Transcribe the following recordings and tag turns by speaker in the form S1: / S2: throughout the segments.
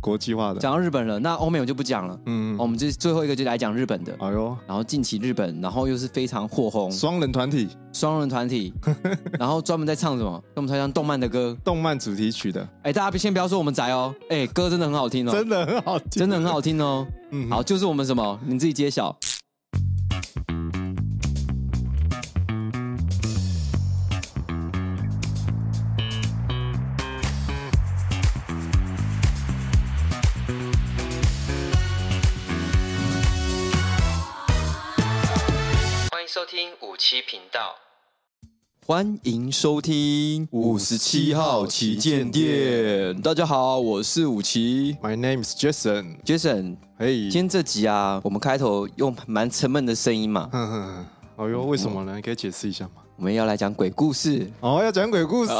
S1: 国际化的，
S2: 讲到日本了，那欧美我就不讲了。哦
S1: 嗯，
S2: 我们这最后一个就来讲日本的，
S1: 哎呦，
S2: 然后近期日本，然后又是非常火红
S1: 双人团体，
S2: 双人 团体，然后专门在唱什么？专门在唱动漫的歌。
S1: 动漫主题曲的，
S2: 哎，大家先不要说我们宅哦，哎，歌真的很好听哦，
S1: 真的很好听，
S2: 真的很好听哦。
S1: 嗯
S2: 好，就是我们什么，你自己揭晓。
S3: 欢迎收听五七频道。
S2: 欢迎收听
S1: 57号旗舰店。
S2: 大家好，我是五七
S1: My name is Jason，
S2: Jason。
S1: 嘿
S2: 今，天这集啊，我们开头用蛮沉闷的声音嘛，
S1: 哼哼哼哎
S2: 嗯
S1: 呦，为什么呢？你可以解释一下吗？
S2: 我们要来讲鬼故事。
S1: 哦，要讲鬼故事，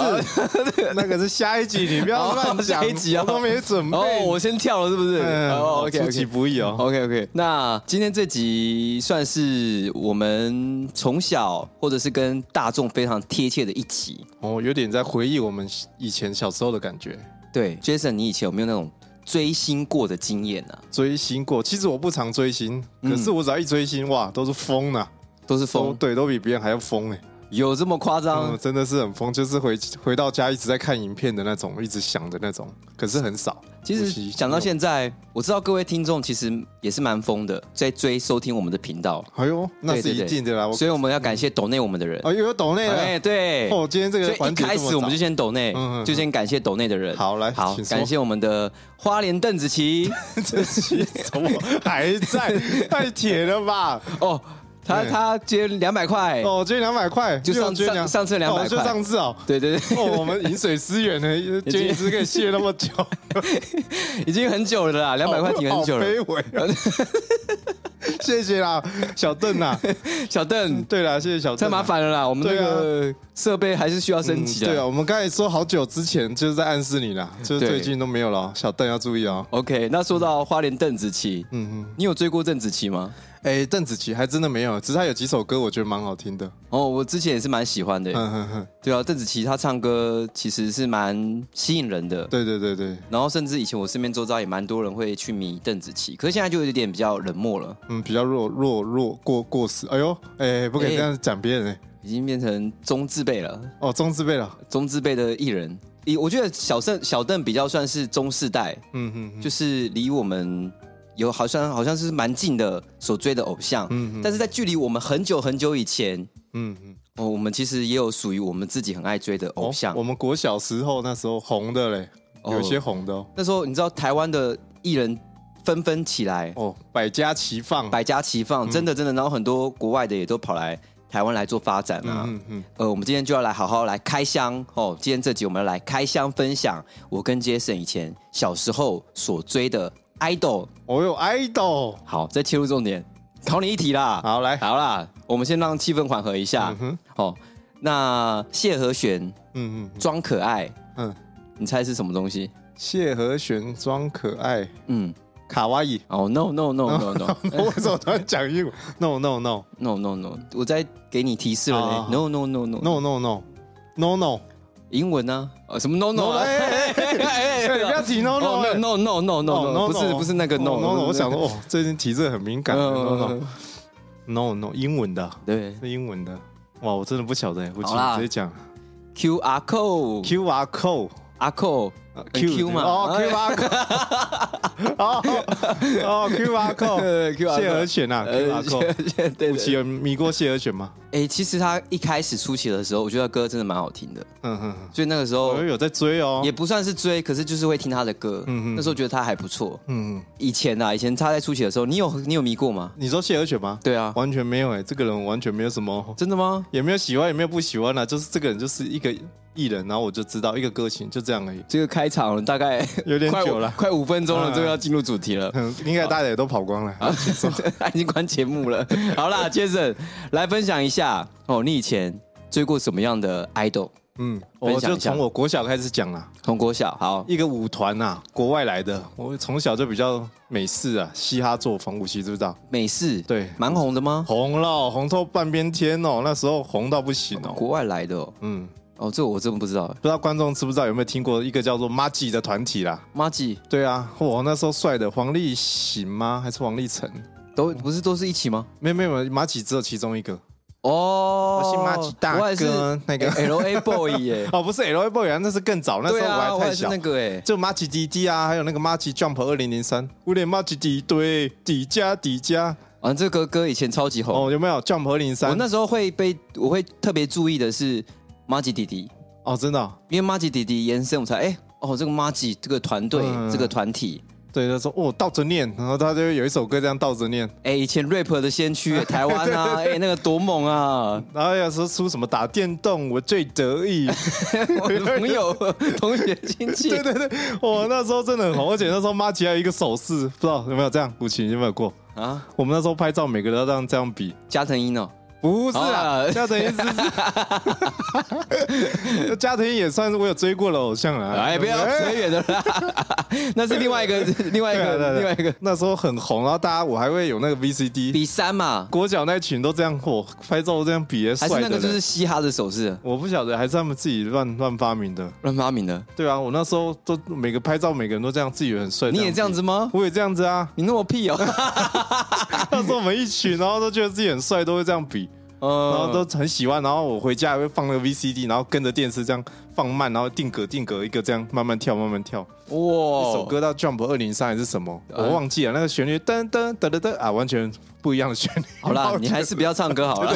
S1: 那个是下一集，你不要乱讲，
S2: 哦下一集哦
S1: 我都没准备。
S2: 哦，我先跳了，是不是？
S1: 嗯
S2: 哦，OK
S1: 出其
S2: OK
S1: 不意哦。
S2: OK OK。那今天这集算是我们从小或者是跟大众非常贴切的一集。
S1: 哦，有点在回忆我们以前小时候的感觉，
S2: 对，Jason，你以前有没有那种追星过的经验啊？
S1: 追星过。其实我不常追星，可是我只要一追星，哇，都是疯呐，
S2: 都是
S1: 都
S2: 嗯疯，
S1: 对，都比别人还要疯哎。
S2: 有这么夸张？
S1: 嗯，真的是很疯，就是回回到家一直在看影片的那种，一直想的那种，可是很少。
S2: 其
S1: 不惜
S2: 实讲到现在，我知道各位听众其实也是蛮疯的，在追收听我们的频道，
S1: 哎呦，那是
S2: 对对
S1: 一
S2: 对
S1: 定的啦。我
S2: 所以我们要感谢抖内我们的人。
S1: 哎呦，有抖内了。
S2: 哎，对，
S1: 哦，今天这个
S2: 所以一
S1: 环节
S2: 开
S1: 这么
S2: 始我们就
S1: 早
S2: 先抖内
S1: 嗯嗯，嗯
S2: 就先感谢抖内的人。
S1: 好来
S2: 好，
S1: 请说
S2: 感谢我们的花莲邓 紫棋
S1: 这期怎么还在？太铁了吧！
S2: 哦，他
S1: 对
S2: 他捐两百块，
S1: 哦，捐两百块，
S2: 就上
S1: 又捐两
S2: 上上次200
S1: 哦就
S2: 块
S1: 上次哦。
S2: 对对对，
S1: 哦，我们饮水思源呢，捐一支可以谢那么久，
S2: 已经很久了啦，两百块挺很久
S1: 好
S2: 了。
S1: 卑微啊。谢谢啦，小邓呐。
S2: 小邓
S1: 对啦，谢谢小邓
S2: 太
S1: 啊。
S2: 麻烦了啦，我们那
S1: 对啊
S2: 个设备还是需要升级
S1: 嗯 对啊，
S2: 的。
S1: 我们刚才说好久之前就是在暗示你 啦，就是
S2: 对
S1: 最近都没有了哦，小邓要注意哦。
S2: OK，那说到花莲邓紫棋，
S1: 嗯嗯，
S2: 你有追过邓紫棋吗？
S1: 哎，邓紫棋还真的没有，只是她有几首歌我觉得蛮好听的。
S2: 哦，我之前也是蛮喜欢的。
S1: 嗯哼哼，
S2: 对啊，邓紫棋她唱歌其实是蛮吸引人的。
S1: 对对对对，
S2: 然后甚至以前我身边周遭也蛮多人会去迷邓紫棋，可是现在就有点比较冷漠了，
S1: 嗯，比较弱弱弱过过时。哎呦，哎，不可以
S2: 哎
S1: 这样讲别人哎。
S2: 已经变成中字辈了，
S1: 哦，中字辈了。
S2: 中字辈的艺人。以我觉得小邓小邓比较算是中世代，
S1: 嗯哼哼，
S2: 就是离我们有好像好像是蛮近的所追的偶像，
S1: 嗯
S2: 但是在距离我们很久很久以前，
S1: 嗯嗯，
S2: 哦，我们其实也有属于我们自己很爱追的偶像
S1: 哦我。们国小时候那时候红的嘞，
S2: 哦
S1: 有一些红的哦。
S2: 那时候你知道台湾的艺人纷纷起来，
S1: 哦，嗯百家齐放。
S2: 百家齐放，真的真的，然后很多国外的也都跑来台湾来做发展啊。
S1: 嗯嗯嗯，
S2: 呃，我们今天就要来好好来开箱哦。今天这集我们来开箱分享我跟 Jason 以前小时候所追的 idol。
S1: 我有 idol。
S2: 好，再切入重点，考你一题啦。
S1: 好来，
S2: 好啦，我们先让气氛缓和一下
S1: 嗯。哼，
S2: 哦，那谢和弦
S1: 嗯嗯
S2: 装可爱，
S1: 嗯，
S2: 你猜是什么东西？
S1: 谢和弦装可爱，
S2: 嗯，
S1: 卡哇伊。
S2: 哦、n o no no no no
S1: 我为什么突然讲英文？No no no
S2: no no no，我再给你提示了呢、
S1: 啊
S2: no no no no
S1: no no no no no！
S2: 英文呢、啊？呃，什么 no no 啊？
S1: 哎哎哎，不要提 no
S2: 哦
S1: no 哎
S2: no no no no
S1: 哦
S2: no，不是不是那个
S1: 哦
S2: no
S1: no no，我想说哦，最近提这个很敏感。no
S2: 嗯
S1: no no no，英文的
S2: 对
S1: 是英文的。哇，我真的不晓得，我
S2: 好啦
S1: 直接讲
S2: Q R code
S1: Q R code
S2: 阿扣
S1: 呃。
S2: Q 嘛
S1: 哦
S2: 哎
S1: ，Q R code，哦 哦，Q R code，
S2: 呃 Q R
S1: 谢和弦啊，Q R code，
S2: 对
S1: 武
S2: 对
S1: 奇有迷过谢和弦吗？
S2: 哎，其实他一开始初期的时候，我觉得歌真的蛮好听的，
S1: 嗯哼哼，
S2: 所以那个时
S1: 我
S2: 候
S1: 有在追哦
S2: 也，不算是追，可是就是会听他的歌。
S1: 嗯嗯
S2: 那时候觉得他还不错。
S1: 嗯，
S2: 以前啊，以前他在初期的时候，你有你有迷过吗？
S1: 你说谢和弦吗？
S2: 对啊，
S1: 完全没有哎、这个人完全没有什么，
S2: 真的吗？
S1: 也没有喜欢，也没有不喜欢啦、啊就是这个人就是一个艺人，然后我就知道一个歌星就这样而已。
S2: 这个开场大概
S1: 有点
S2: 快五
S1: 久了
S2: 快五分钟了，
S1: 嗯
S2: 这个要进入主 题了。
S1: 嗯，应该大家也都跑光了。啊、
S2: 他已经关节目 了。好啦，Jason 来分享一下哦，你以前追过什么样的 idol？
S1: 嗯，我
S2: 分享一下
S1: 就从我国小开始讲啦，
S2: 从国小好，
S1: 一个舞团呐、国外来的，我从小就比较美式啊，嘻哈作风，舞知不知道？
S2: 美式
S1: 对
S2: 蛮红的吗？
S1: 红了，红透半边天哦，那时候红到不行哦。
S2: 国外来的、哦，
S1: 嗯，
S2: 哦，这我真不知道。
S1: 不知道观众知不知道有没有听过一个叫做 Maggi 的团体啦？
S2: 马吉
S1: 对啊，我那时候帅的黄立行吗？还是黄立成？
S2: 都不是都是一起吗？
S1: 没有没有，没有马吉只有其中一个。
S2: 哦，
S1: 我是马吉大
S2: 我也是
S1: 哥那个，
S2: L A Boy 耶
S1: 哦，不是 L A Boy 啊，那是更 早，那时
S2: 对
S1: 候
S2: 啊，
S1: 我
S2: 我
S1: 还太
S2: 也是
S1: 小。
S2: 那个哎，
S1: 就马吉迪迪啊，还有那个马吉 Jump 二零零三，啊有点马吉迪对迪迦迪迦
S2: 啊，这个歌以前超级红。
S1: 哦，有没有 Jump 二零零
S2: 我
S1: 三？
S2: 那时候会被我会特别注意的是马吉弟弟，
S1: 哦，真的哦、
S2: 因为马吉弟弟延伸，我才哎哦，这个马吉这个团队
S1: 嗯
S2: 这个团体，
S1: 对，他说哦，倒着念，然后他就有一首歌这样倒着念，
S2: 哎，以前 rap 的先 驱哎台湾啊，哎那个多猛啊！
S1: 然后有时候出什么打电动，我最得 意。
S2: 我的朋友、 同学、亲戚，
S1: 对对对，我那时候真的很红，而且那时候马吉还有一个手势，不知道有没有这样？古奇你有没有过？
S2: 啊，
S1: 我们那时候拍照，每个人都这样这样比，
S2: 加藤鹰哦，
S1: 不是
S2: 哦
S1: 啊，加藤鹰 是是，加藤鹰也算是我有追过的偶像啊了。
S2: 哎，不要扯远的啦， 那是另外一个、另外一
S1: 对啊对啊
S2: 个、
S1: 对啊
S2: 另外一个
S1: 那时候很红，然后大家我还会有那个 VCD，
S2: 比三嘛，
S1: 国脚那群都这样，我拍照都这样比，哎
S2: 还
S1: 帅
S2: 是
S1: 的
S2: 那个就
S1: 嘞
S2: 是嘻哈的手势，啊
S1: 我不晓得，还是他们自己乱乱发明的。
S2: 乱发明的。
S1: 对啊，我那时候都每个拍照，每个人都这样，自己也很帅。
S2: 你也这样子
S1: 比？
S2: 吗？。
S1: 我也这样子啊
S2: 你那么屁 哦，
S1: 那时候我们一群，然后都觉得自己很帅，都会这样比，然后
S2: 嗯，
S1: 都很喜欢。然后我回家还会放那个 VCD，然后跟着电视这样放慢，然后定格定格一个这样慢慢跳，慢慢跳。
S2: 哇
S1: 一首歌到 Jump 二零三还是什么，
S2: 嗯
S1: 我忘记了。那个旋律噔噔噔噔噔啊，完全不一样的旋律。
S2: 好 啦，你还是不要唱歌好了。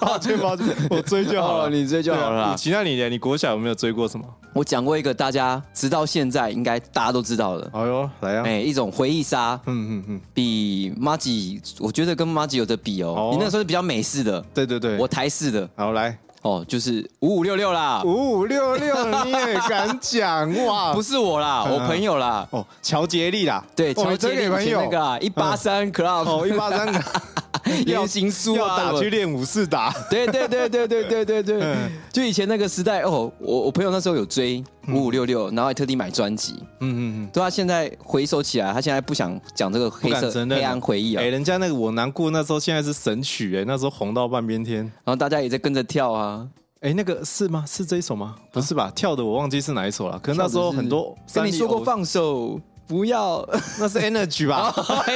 S1: 抱歉抱 歉，我追就好了。
S2: 你追就好了
S1: 对啊啊
S2: 啦
S1: 古。奇，那你呢？你国小有没有追过什么？
S2: 我讲过一个大家直到现在应该大家都知道的，
S1: 哎呦，来啊！
S2: 哎，一种回忆杀，
S1: 嗯嗯嗯，
S2: 比马吉，我觉得跟马吉有的比哦
S1: 哦。
S2: 你那时候是比较美式的，
S1: 对对对，
S2: 我台式的
S1: 好来
S2: 哦，就是五五六六啦，
S1: 五五六六，你也敢讲哇？
S2: 不
S1: 是
S2: 是我
S1: 啊
S2: 啦，我朋友啦。
S1: 哦，乔杰利啦，
S2: 对，
S1: 我
S2: 乔
S1: 们
S2: 杰
S1: 推
S2: 利
S1: 哦给朋
S2: 以前
S1: 友嗯
S2: 那个啊，一八三 club，
S1: 哦，一八三
S2: 要行 书
S1: 要
S2: 啊，
S1: 打去练武士打，
S2: 对对对对对对对对，
S1: 嗯
S2: 就以前那个时代哦，我我朋友那时候有追五五六六，然后还特地买专辑。
S1: 嗯嗯
S2: 对他现在回首起来，他现在不想讲这个
S1: 不
S2: 黑
S1: 敢
S2: 色
S1: 承认
S2: 黑暗回忆
S1: 嗯，
S2: 啊
S1: 哎，，人家那个我难过那时候，现在是神曲哎，那时候红到半边天。
S2: 然后大家也在跟着跳啊，
S1: 哎，那个是吗？是这一首吗？不是吧？跳的我忘记啊是哪一首了。可能那时候很多
S2: 跟你
S1: 三丽
S2: 说过
S1: 鸥，
S2: 放手不要，
S1: 那是 Energy 吧？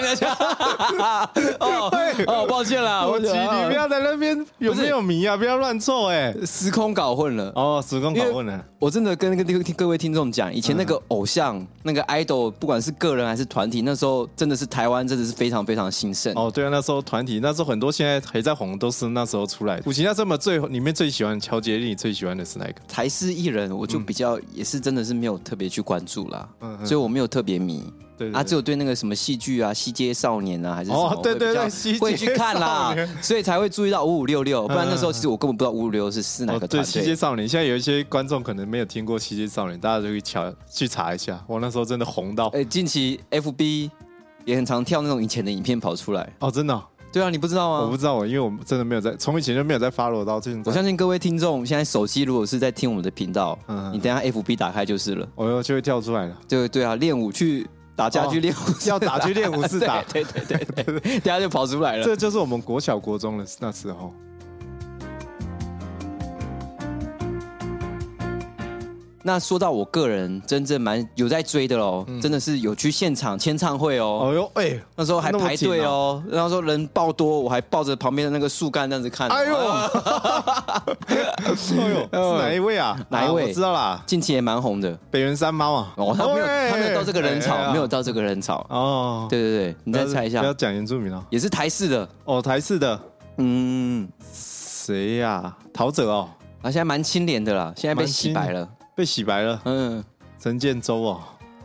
S2: 哦哦，抱歉啦，
S1: 啊我
S2: 我
S1: 奇，你不要在那边有
S2: 不
S1: 没
S2: 是
S1: 有迷啊？不要乱凑哎。
S2: 时空搞混了。
S1: 哦，时光搞混了。
S2: 我真的跟跟各位听众讲，以前那个偶像、那个
S1: 嗯
S2: idol，不管是个人还是团体，那时候真的是台湾真的是非常非常兴盛。
S1: 哦，对啊，那时候团体，那时候很多现在还在红，都是那时候出来的。古奇，那这么最里面最喜欢乔杰利，你最喜欢的是哪一个？
S2: 台式艺人，我就比较、也是真的是没有特别去关注啦，
S1: 嗯嗯
S2: 所以我没有特别迷。
S1: 对对
S2: 啊，
S1: 对
S2: 只有对那个什么戏剧啊、西街少年啊，还是什么，
S1: 哦对对对
S2: 会比较
S1: 西街
S2: 会去看
S1: 少
S2: 啦，所以才会注意到五五六六，不然那时候其实我根本不知道五五六是是哪
S1: 嗯哦，
S2: 个
S1: 对，
S2: 团
S1: 《西
S2: 队
S1: 街。少年》现在有一些观众可能没有听过《西街少年》，大家就去瞧去查一下。我那时候真的红到，
S2: 哎、近期 FB 也很常跳那种以前的影片跑出来。
S1: 哦，真的哦、
S2: 对啊，你不知道吗？
S1: 我不知道，因为我真的没有在，从以前就没有在 follow 到现在。
S2: 我相信各位听众现在手机如果是在听我们的频道，
S1: 嗯嗯
S2: 你等一下 FB 打开就是了。
S1: 我又就会跳出来了，
S2: 对对啊，练武去打架
S1: 哦
S2: 去练武，，
S1: 要打去练武士打
S2: 对对对对 对，等一下就跑出来了。
S1: 这就是我们国小国中的那时候。
S2: 那说到我个人真正蛮有在追的喽，真的是有去现场签唱会哦，
S1: 嗯哦哟，哎、
S2: 那时候还排队哦，那时候人爆多，我还抱着旁边的那个树干这样子看。
S1: 哎呦，
S2: 啊
S1: 哎呦，是哪一位啊？
S2: 哪一位
S1: 啊我知道啦，
S2: 近期也蛮红的
S1: 北原山猫啊。
S2: 哦，他没有
S1: 哎
S2: 他没有到这个人
S1: 哎呀
S2: 潮，没有到这个人潮。
S1: 哦，
S2: 对对对，你
S1: 不要，
S2: 再猜一
S1: 不
S2: 下
S1: 要，讲原住民哦。
S2: 也是台式的，
S1: 哦，台式的
S2: 嗯，
S1: 谁呀、陶喆哦，
S2: 啊，现在蛮清廉的啦，现在被
S1: 蛮
S2: 洗
S1: 清
S2: 白了，
S1: 被洗白了。
S2: 嗯。
S1: 陈建州哦，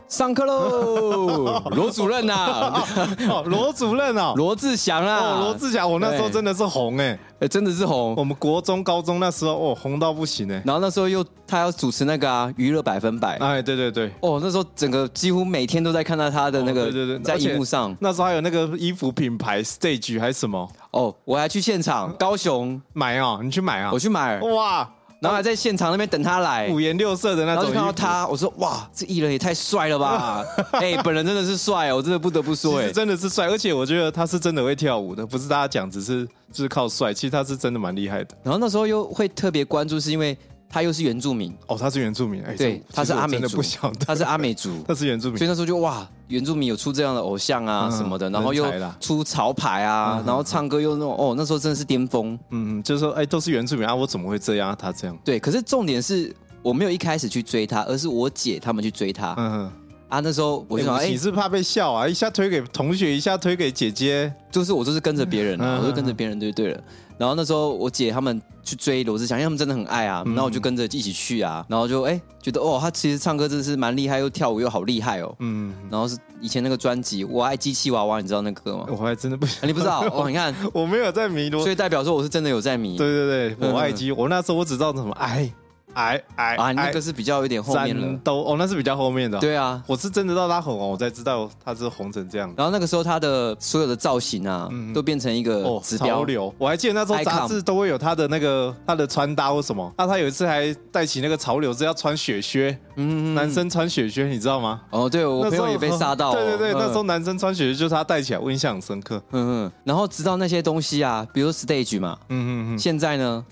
S2: 上课喽， 罗主任呐、
S1: 哦， 罗主任哦，
S2: 罗志祥啊，
S1: 哦，罗志祥，我那时候
S2: 对
S1: 真的是红哎、
S2: 哎真的是红，
S1: 我们国中、高中那时候哦，红到不行哎、
S2: 然后那时候又他要主持那个啊娱乐百分百。
S1: 哎，对对对，
S2: 哦，那时候整个几乎每天都在看到他的那个，
S1: 哦对对对
S2: 在
S1: 而且
S2: 荧幕上。
S1: 那时候还有那个衣服品牌 Stage 还是什么
S2: 哦，我还去现场，高雄，
S1: 买嗯哦，哦你去买啊
S2: 我，去买，
S1: 哇，
S2: 然后还在现场那边等他来，
S1: 五颜六色的那
S2: 然后
S1: 种衣
S2: 就看到
S1: 服。
S2: 他，我说哇，这艺人也太帅 了吧！哎，本人真的是帅，我真的不得不说，
S1: 其
S2: 哎
S1: 实，真的是帅，而且我觉得他是真的会跳舞的，不是大家讲只是就是靠帅，其实他是真的蛮厉害的。
S2: 然后那时候又会特别关注，是因为他又是原住民，
S1: 哦，他是原住民，哎，
S2: 对
S1: 这，
S2: 他是
S1: 其实我
S2: 阿美
S1: 真的
S2: 族
S1: 不晓，得，
S2: 他是阿 美族，
S1: 他是原住
S2: 所以
S1: 民，
S2: 那时候就哇，原住民有出这样的偶像啊
S1: 嗯
S2: 什么的，然后又
S1: 人才啦
S2: 出潮牌啊，然后唱歌又那种哦，那时候真的是巅峰。
S1: 嗯，就是说，哎，都是原住民啊，我怎么会这样？他这样，
S2: 对，可是重点是我没有一开始去追他，而是我姐他们去追他
S1: 嗯，
S2: 啊。那时候我就想，
S1: 哎
S2: 哎
S1: 你，是怕被笑啊？一下推给同学，一下推给姐姐，
S2: 就是我就是跟着别人
S1: 嗯
S2: 啊，我就跟着别人就对了。然后那时候我姐他们去追罗志祥，因为他们真的很爱啊，然后
S1: 嗯
S2: 我就跟着一起去啊，然后就哎觉得哦，他其实唱歌真的是蛮厉害，又跳舞又好厉害哦。
S1: 嗯，
S2: 然后是以前那个专辑《我爱机器娃娃》，你知道那个歌吗？
S1: 我还真的不晓
S2: 啊你不知 道哦？你看，
S1: 我没有在迷路
S2: 所。以代表说我是真的有在迷。
S1: 对对对，
S2: 嗯
S1: 我爱基，我那时候我只知道什么哎哎哎
S2: 啊，你那个
S1: 哎
S2: 是比较有点后面了
S1: 战。斗哦，那是比较后面的。，
S2: 对啊，
S1: 我是真的到他红哦，我才知道他是红成这样。
S2: 然后那个时候他的所有的造型啊，都变成一个
S1: 哦，
S2: 指
S1: 潮
S2: 标。
S1: 流！我还记得那时候杂
S2: Icon
S1: 志都会有他的那个他的穿搭或什么。那他有一次还带起那个潮流是要穿雪靴，
S2: 嗯，
S1: 男生穿雪靴，你知道吗？
S2: 哦，对我
S1: 那
S2: 朋
S1: 时候
S2: 友也 被吓到哦。
S1: 对对对，
S2: 嗯
S1: 那时候男生穿雪靴就是他带起来，我印象很深刻。
S2: 嗯嗯，然后直到那些东西啊，比如说 stage 嘛，
S1: 嗯嗯
S2: 现在呢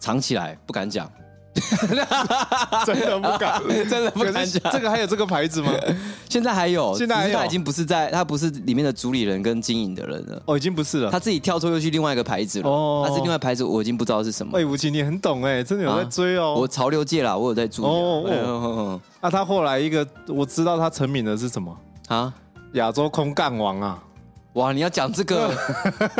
S2: 藏起来不敢讲，
S1: 嗯， 真的不敢，
S2: 真的不
S1: 可
S2: 敢
S1: 是
S2: 讲。
S1: 这个还有这个牌子吗？
S2: 现在还有，
S1: 现在还有
S2: 只是他已经不是在，他不是里面的主理人跟经营的人了，
S1: 哦，已经不是了。
S2: 他自己跳脱又去另外一个牌子了。
S1: 哦
S2: 哦，他是另外牌子，我已经不知道是什么
S1: 哎，。吴奇，你很懂哎，真的有在
S2: 啊
S1: 追哦。
S2: 我潮流界啦，我有在注意啊。
S1: 哦哦
S2: 哦
S1: 那、他后来一个我知道他成名的是什么？
S2: 啊，
S1: 亚洲空干王啊，
S2: 哇！你要讲这个，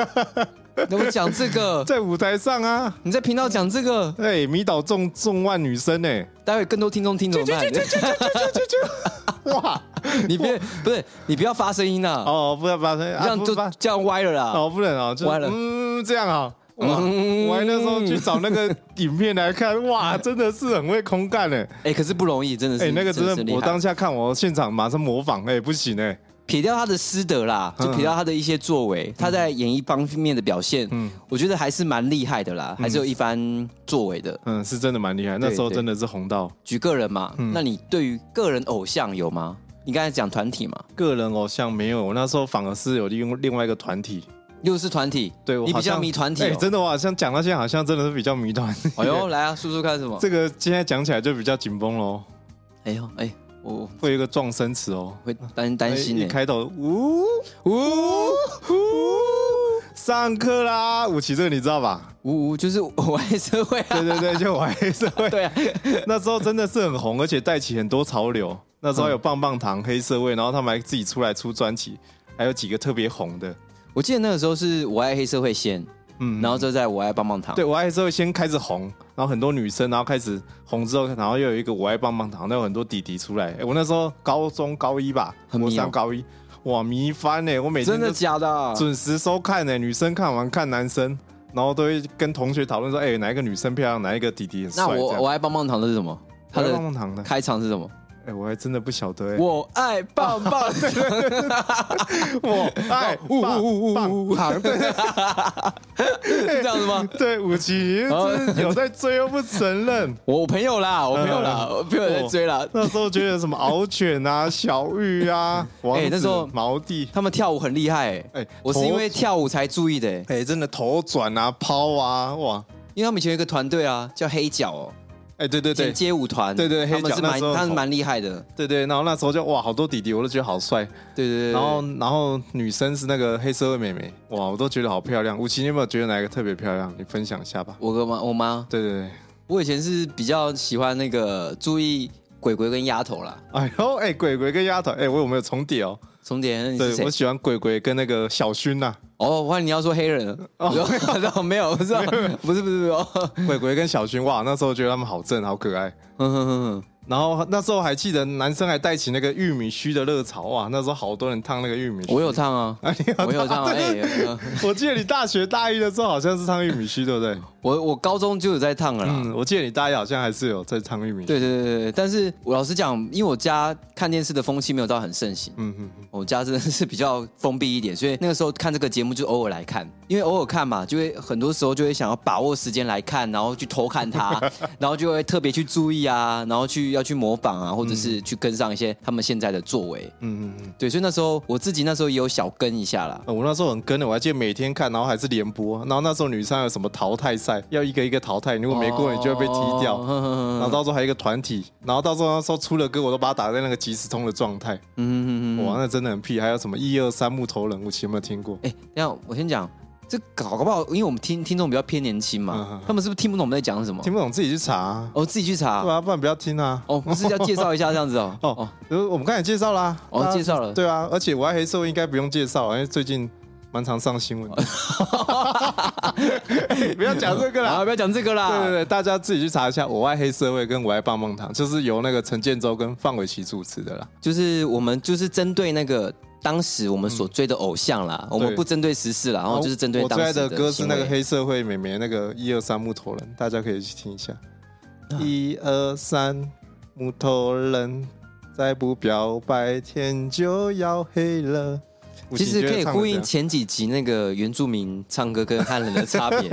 S2: 你要讲这个，
S1: 在舞台上啊，
S2: 你在频道讲这个，
S1: 哎、迷倒众众万女生哎、
S2: 待会更多听众听怎么办？
S1: 哇，
S2: 你别不是，你不要发声音呐，
S1: 哦，不要把这
S2: 你这样就这样歪了啦。
S1: 哦，不能哦，就
S2: 歪了
S1: 嗯，这样啊、哇，
S2: 嗯
S1: 我还那时候去找那个影片来看， 哇，真的是很会空干哎、
S2: 哎，可是不容易，真的
S1: 哎、
S2: 是。
S1: 那个真
S2: 是
S1: 的，
S2: 厉
S1: 我
S2: 害
S1: 当下看我现场马上模仿，哎、不行哎、
S2: 撇掉他的师德啦，
S1: 嗯
S2: 就撇掉他的一些作为，他在演艺方面的表现，嗯，我觉得还是蛮厉害的啦，还是有一番作为的。
S1: 嗯，是真的蛮厉害，那时候
S2: 对
S1: 真的是红到
S2: 举个人嘛，
S1: 嗯
S2: 那你对于个人偶像有吗？你刚才讲团体嘛，
S1: 个人偶像没有，我那时候反而是有利用另外一个团体，
S2: 又是团体，
S1: 对我
S2: 你
S1: 好
S2: 比较
S1: 像
S2: 迷团体
S1: 哎、
S2: 哦。
S1: 真的，我好像讲到现在，好像真的是比较迷团。
S2: 哎呦，来啊，叔叔看什 么？
S1: 这个现在讲起来就比较紧绷喽，
S2: 哎呦，哎，我
S1: 会有一个撞声词哦。
S2: 会担担心欸
S1: 一
S2: 呢。
S1: 开头，呜呜呜，上课啦！武奇，这个你知道 吧？
S2: 呜呜，就是我爱社会啊
S1: 对，对对，就我黑社会，
S2: 对啊，
S1: 那时候真的是很红，而且带起很多潮流。那时候还
S2: 嗯
S1: 有棒棒糖、黑社会，然后他们还自己出来出专辑，还有几个特别红的。
S2: 我记得那个时候是我爱黑社会先，
S1: 嗯
S2: 嗯，然后就在我爱棒棒糖，
S1: 对，我爱黑社会先开始红，然后很多女生，然后开始红之后，然后又有一个我爱棒棒糖，那有很多弟弟出来。哎我那时候高中高一吧，
S2: 很迷哦
S1: 我上高一，哇，迷翻呢、欸我每天
S2: 真
S1: 都
S2: 的假的啊？
S1: 准时收看呢、欸女生看完看男生，然后都会跟同学讨论说，哎、哪一个女生漂亮，哪一个弟弟很帅。
S2: 那
S1: 这
S2: 我
S1: 样
S2: 我爱棒棒糖的是什么？它
S1: 我爱
S2: 的
S1: 棒棒糖的，
S2: 开场是什么？
S1: 哎、我还真的不晓得、欸。
S2: 我爱棒棒糖，
S1: 我爱
S2: 呜
S1: 棒
S2: 呜呜
S1: 棒
S2: 呜呜，
S1: 糖，对
S2: 是这样子吗？
S1: 对，武奇真是有在追又不承认。
S2: 我朋友啦，我朋友啦，
S1: 嗯
S2: 我朋友在追啦。
S1: 那时候觉得什么敖犬啊、小玉 啊、王
S2: 哎那时候
S1: 子、毛弟，
S2: 他们跳舞很厉害，哎
S1: 哎，
S2: 我是
S1: 头
S2: 因为跳舞才注意的，哎
S1: 哎、真的头转啊、抛啊，哇！
S2: 因为他们以前有一个团队啊，叫黑脚哦，
S1: 哎、对对
S2: 以前
S1: 对，
S2: 街舞团，
S1: 对对
S2: 他们
S1: 黑
S2: 是
S1: 脚
S2: 蛮
S1: 那时候
S2: 他们蛮厉害的，
S1: 对对，然后那时候就哇，好多弟弟，我都觉得好帅。
S2: 对对对对。
S1: 然后，然后女生是那个黑社会妹妹，哇，我都觉得好漂亮。吴奇，你有没有觉得哪一个特别漂亮？你分享一下吧。
S2: 我跟妈我妈，
S1: 对对对，
S2: 我以前是比较喜欢那个注意鬼鬼跟丫头啦。
S1: 哎呦，哎、鬼鬼跟丫头，哎、我有没有重叠哦？
S2: 重点，那你是
S1: 对，
S2: 谁
S1: 我？喜欢鬼鬼跟那个小薰 呐、
S2: 哦，我看你要说黑人了。哦， 没有，不是， 不是，不是，哦。
S1: 鬼鬼跟小薰，哇，那时候觉得他们好正，好可爱。
S2: 哼哼哼哼
S1: 然后那时候还记得男生还带起那个玉米须的热潮，哇，那时候好多人烫那个玉米须。
S2: 我有烫啊，我有烫啊。哎，呃
S1: 我记得你大学大一的时候好像是烫玉米须，对不 对？
S2: 我我高中就有在烫了啦。
S1: 嗯，我记得你大一好像还是有在烫玉米须。
S2: 对对对对对，但是我老实讲，因为我家看电视的风气没有到很盛行，
S1: 嗯嗯嗯，
S2: 我家真的是比较封闭一点，所以那个时候看这个节目就偶尔来看，因为偶尔看嘛，就会很多时 候就会想要把握时间来看，然后去偷看它，然后就会特别去注意啊，然后去要去模仿啊，或者是去跟上一些他们现在的作为。
S1: 嗯嗯嗯。
S2: 对，所以那时候我自己那时候也有小跟一下啦。
S1: 呃我那时候很跟的，我还记得每天看，然后还是联播，然后那时候女生还有什么淘汰赛，要一个一个淘汰，如果没过你就会被踢掉，
S2: 哦嗯
S1: 然后到时候还有一个团体，然后到时候那时候出了歌，我都把它打在那个即时通的状态，
S2: 嗯嗯嗯嗯。
S1: 哇，那真的很屁，还有什么一二三木头人，我其实没有听过，
S2: 哎、等一下我先讲，这搞搞不好，因为我们听听众比较偏年轻嘛，
S1: 嗯嗯嗯
S2: 他们是不是听不懂我们在讲什么？
S1: 听不懂自己去查、啊，
S2: 哦，自己去查。
S1: 对啊，不然不要听啊。
S2: 哦，不是要介绍一下这样子 哦。
S1: 哦
S2: 哦，
S1: 呃我们刚才也介绍啦，
S2: 哦
S1: 大家
S2: 介绍了
S1: 对啊，而且我爱黑社会应该不用介绍，因为最近蛮常上新闻的。 不要讲这个啦
S2: 哦啊，，不要讲这个啦。
S1: 对对对，大家自己去查一下《我爱黑社会》跟《我爱棒棒糖》，就是由那个陈建州跟范玮琪主持的啦。
S2: 就是我们就是针对那个当时我们所追的偶像啦，我们不针对哦时事啦，然后就是针对
S1: 我
S2: 当
S1: 最
S2: 时
S1: 爱的歌是那个
S2: 行为
S1: 黑社会美眉那个一二三木头人，大家可以去听一下。
S2: 嗯
S1: 一二三木头人，再不表白天就要黑了。
S2: 其实可以呼应
S1: 起。
S2: 前几集那个原住民唱歌跟汉人的差 别，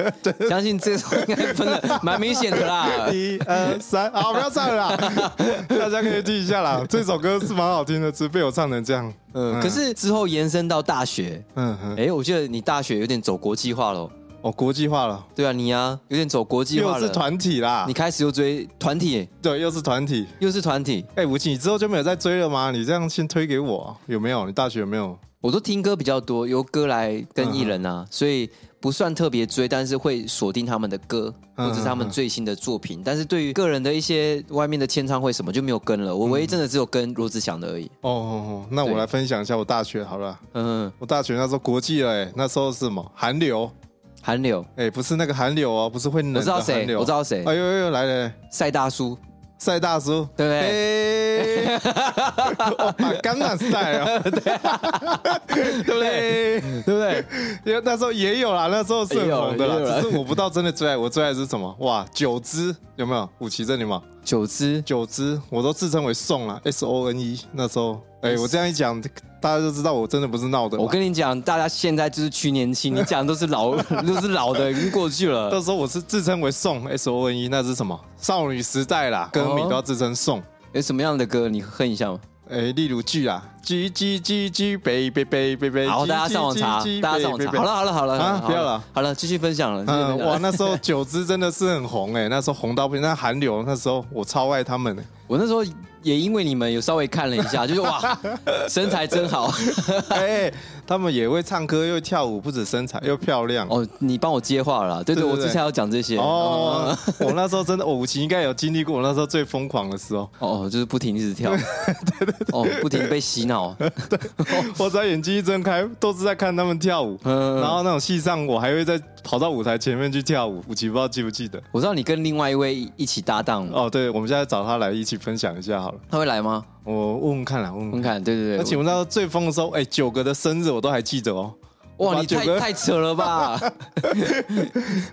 S2: 相信这个应该分的蛮明显的啦。
S1: 一二三，好，不要唱了啦，大家可以听一下啦。这首歌是蛮好听的，只是被我唱成这样。
S2: 嗯，可是之后延伸到大学，
S1: 嗯嗯，
S2: 哎，我觉得你大学有点走国际化喽。
S1: 哦，国际化了，
S2: 对啊，你啊有点走国际
S1: 又
S2: 化
S1: 是
S2: 了。
S1: 团体啦
S2: 你。开始又追团体，
S1: 对，又是团体。
S2: 又是团体，
S1: 哎、吴奇，你之后就没有再追了吗？你这样先推给我啊，有没有？你大学有没有？
S2: 我都听歌比较多，由歌来跟艺人
S1: 嗯
S2: 啊，所以不算特别追，但是会锁定他们的歌
S1: 嗯
S2: 或者是他们最新的作品。但是对于个人的一些外面的签唱会什么就没有跟
S1: 嗯
S2: 了，我唯一真的只有跟罗志祥的而已。
S1: 哦哦哦，那我
S2: 对
S1: 来分享一下我大学好了。
S2: 嗯，
S1: 我大学那时候国际了、哎，那时候是什么？韩流，
S2: 韩流，
S1: 哎、不是那个韩流哦，不是会冷
S2: 我
S1: 的
S2: 知道
S1: 韩
S2: 谁，
S1: 流。
S2: 我知道谁，
S1: 哎呦呦呦，来了，来
S2: 赛大叔，
S1: 赛大叔，
S2: 对不
S1: 哎
S2: 对？
S1: 对？ 哦，把橄榄赛啊，
S2: 哦对不对？
S1: 对
S2: 对不对？
S1: 因为那时候也有啦，那时候是很红的
S2: 也有也有
S1: 啦，
S2: 啦
S1: 只是我不知道真的最爱，我最爱的是什么？哇，九支有没有？五旗这里嘛，
S2: 九支，
S1: 九支我都自称为送啦 s O N E。那时候，哎、我这样一讲，大家就知道我真的不是闹的嘛。
S2: 我跟你讲，大家现在就是去 年轻，你讲的都是老， 都是老的，已经过去了。
S1: 那时候我是自称为送 S O N E，那是什么？少女时代啦，歌迷都要自称送。
S2: 有什么样的歌你哼一下吗？
S1: 哎、例如剧啊，G G G G baby baby baby，
S2: 好，大家上网查，大家上网查。好了，好了，好了，
S1: 啊
S2: 好
S1: 不要了，
S2: 好了，继续分享了。继续分
S1: 嗯，
S2: 享了
S1: 哇，那时候九支真的是很红哎、那时候红到不行。那韩流那时候我超爱他们、欸，
S2: 我那时候也因为你们有稍微看了一 下，就是哇，身材真好
S1: 哎、他们也会唱歌，又会跳舞，不止身材又漂亮。
S2: 哦。你帮我接话了啦，对
S1: 对
S2: 对，
S1: 对
S2: 我
S1: 对
S2: 之前要讲这些哦
S1: 哦，我那时候真的，我吴奇应该有经历过我那时候最疯狂的时 候，
S2: 哦，就是不停一直 跳，哦，不停地被洗脑，
S1: 我只要眼睛一睁开，都是在看他们跳舞，
S2: 哦嗯
S1: 然后那种戏上我还会再跑到舞台前面去跳舞。吴奇不知道记不记得？
S2: 我知道你跟另外一位一起搭档，
S1: 哦，对，我们现在找他来一起分享一下好了，
S2: 他会来吗？
S1: 我问问看啦，问
S2: 我们
S1: 问看。
S2: 看，对对对，
S1: 而且我那时候最疯的时候，哎、九个的生日我都还记得哦。
S2: 哇，
S1: 把
S2: 你
S1: 九
S2: 太
S1: 个
S2: 太扯了吧？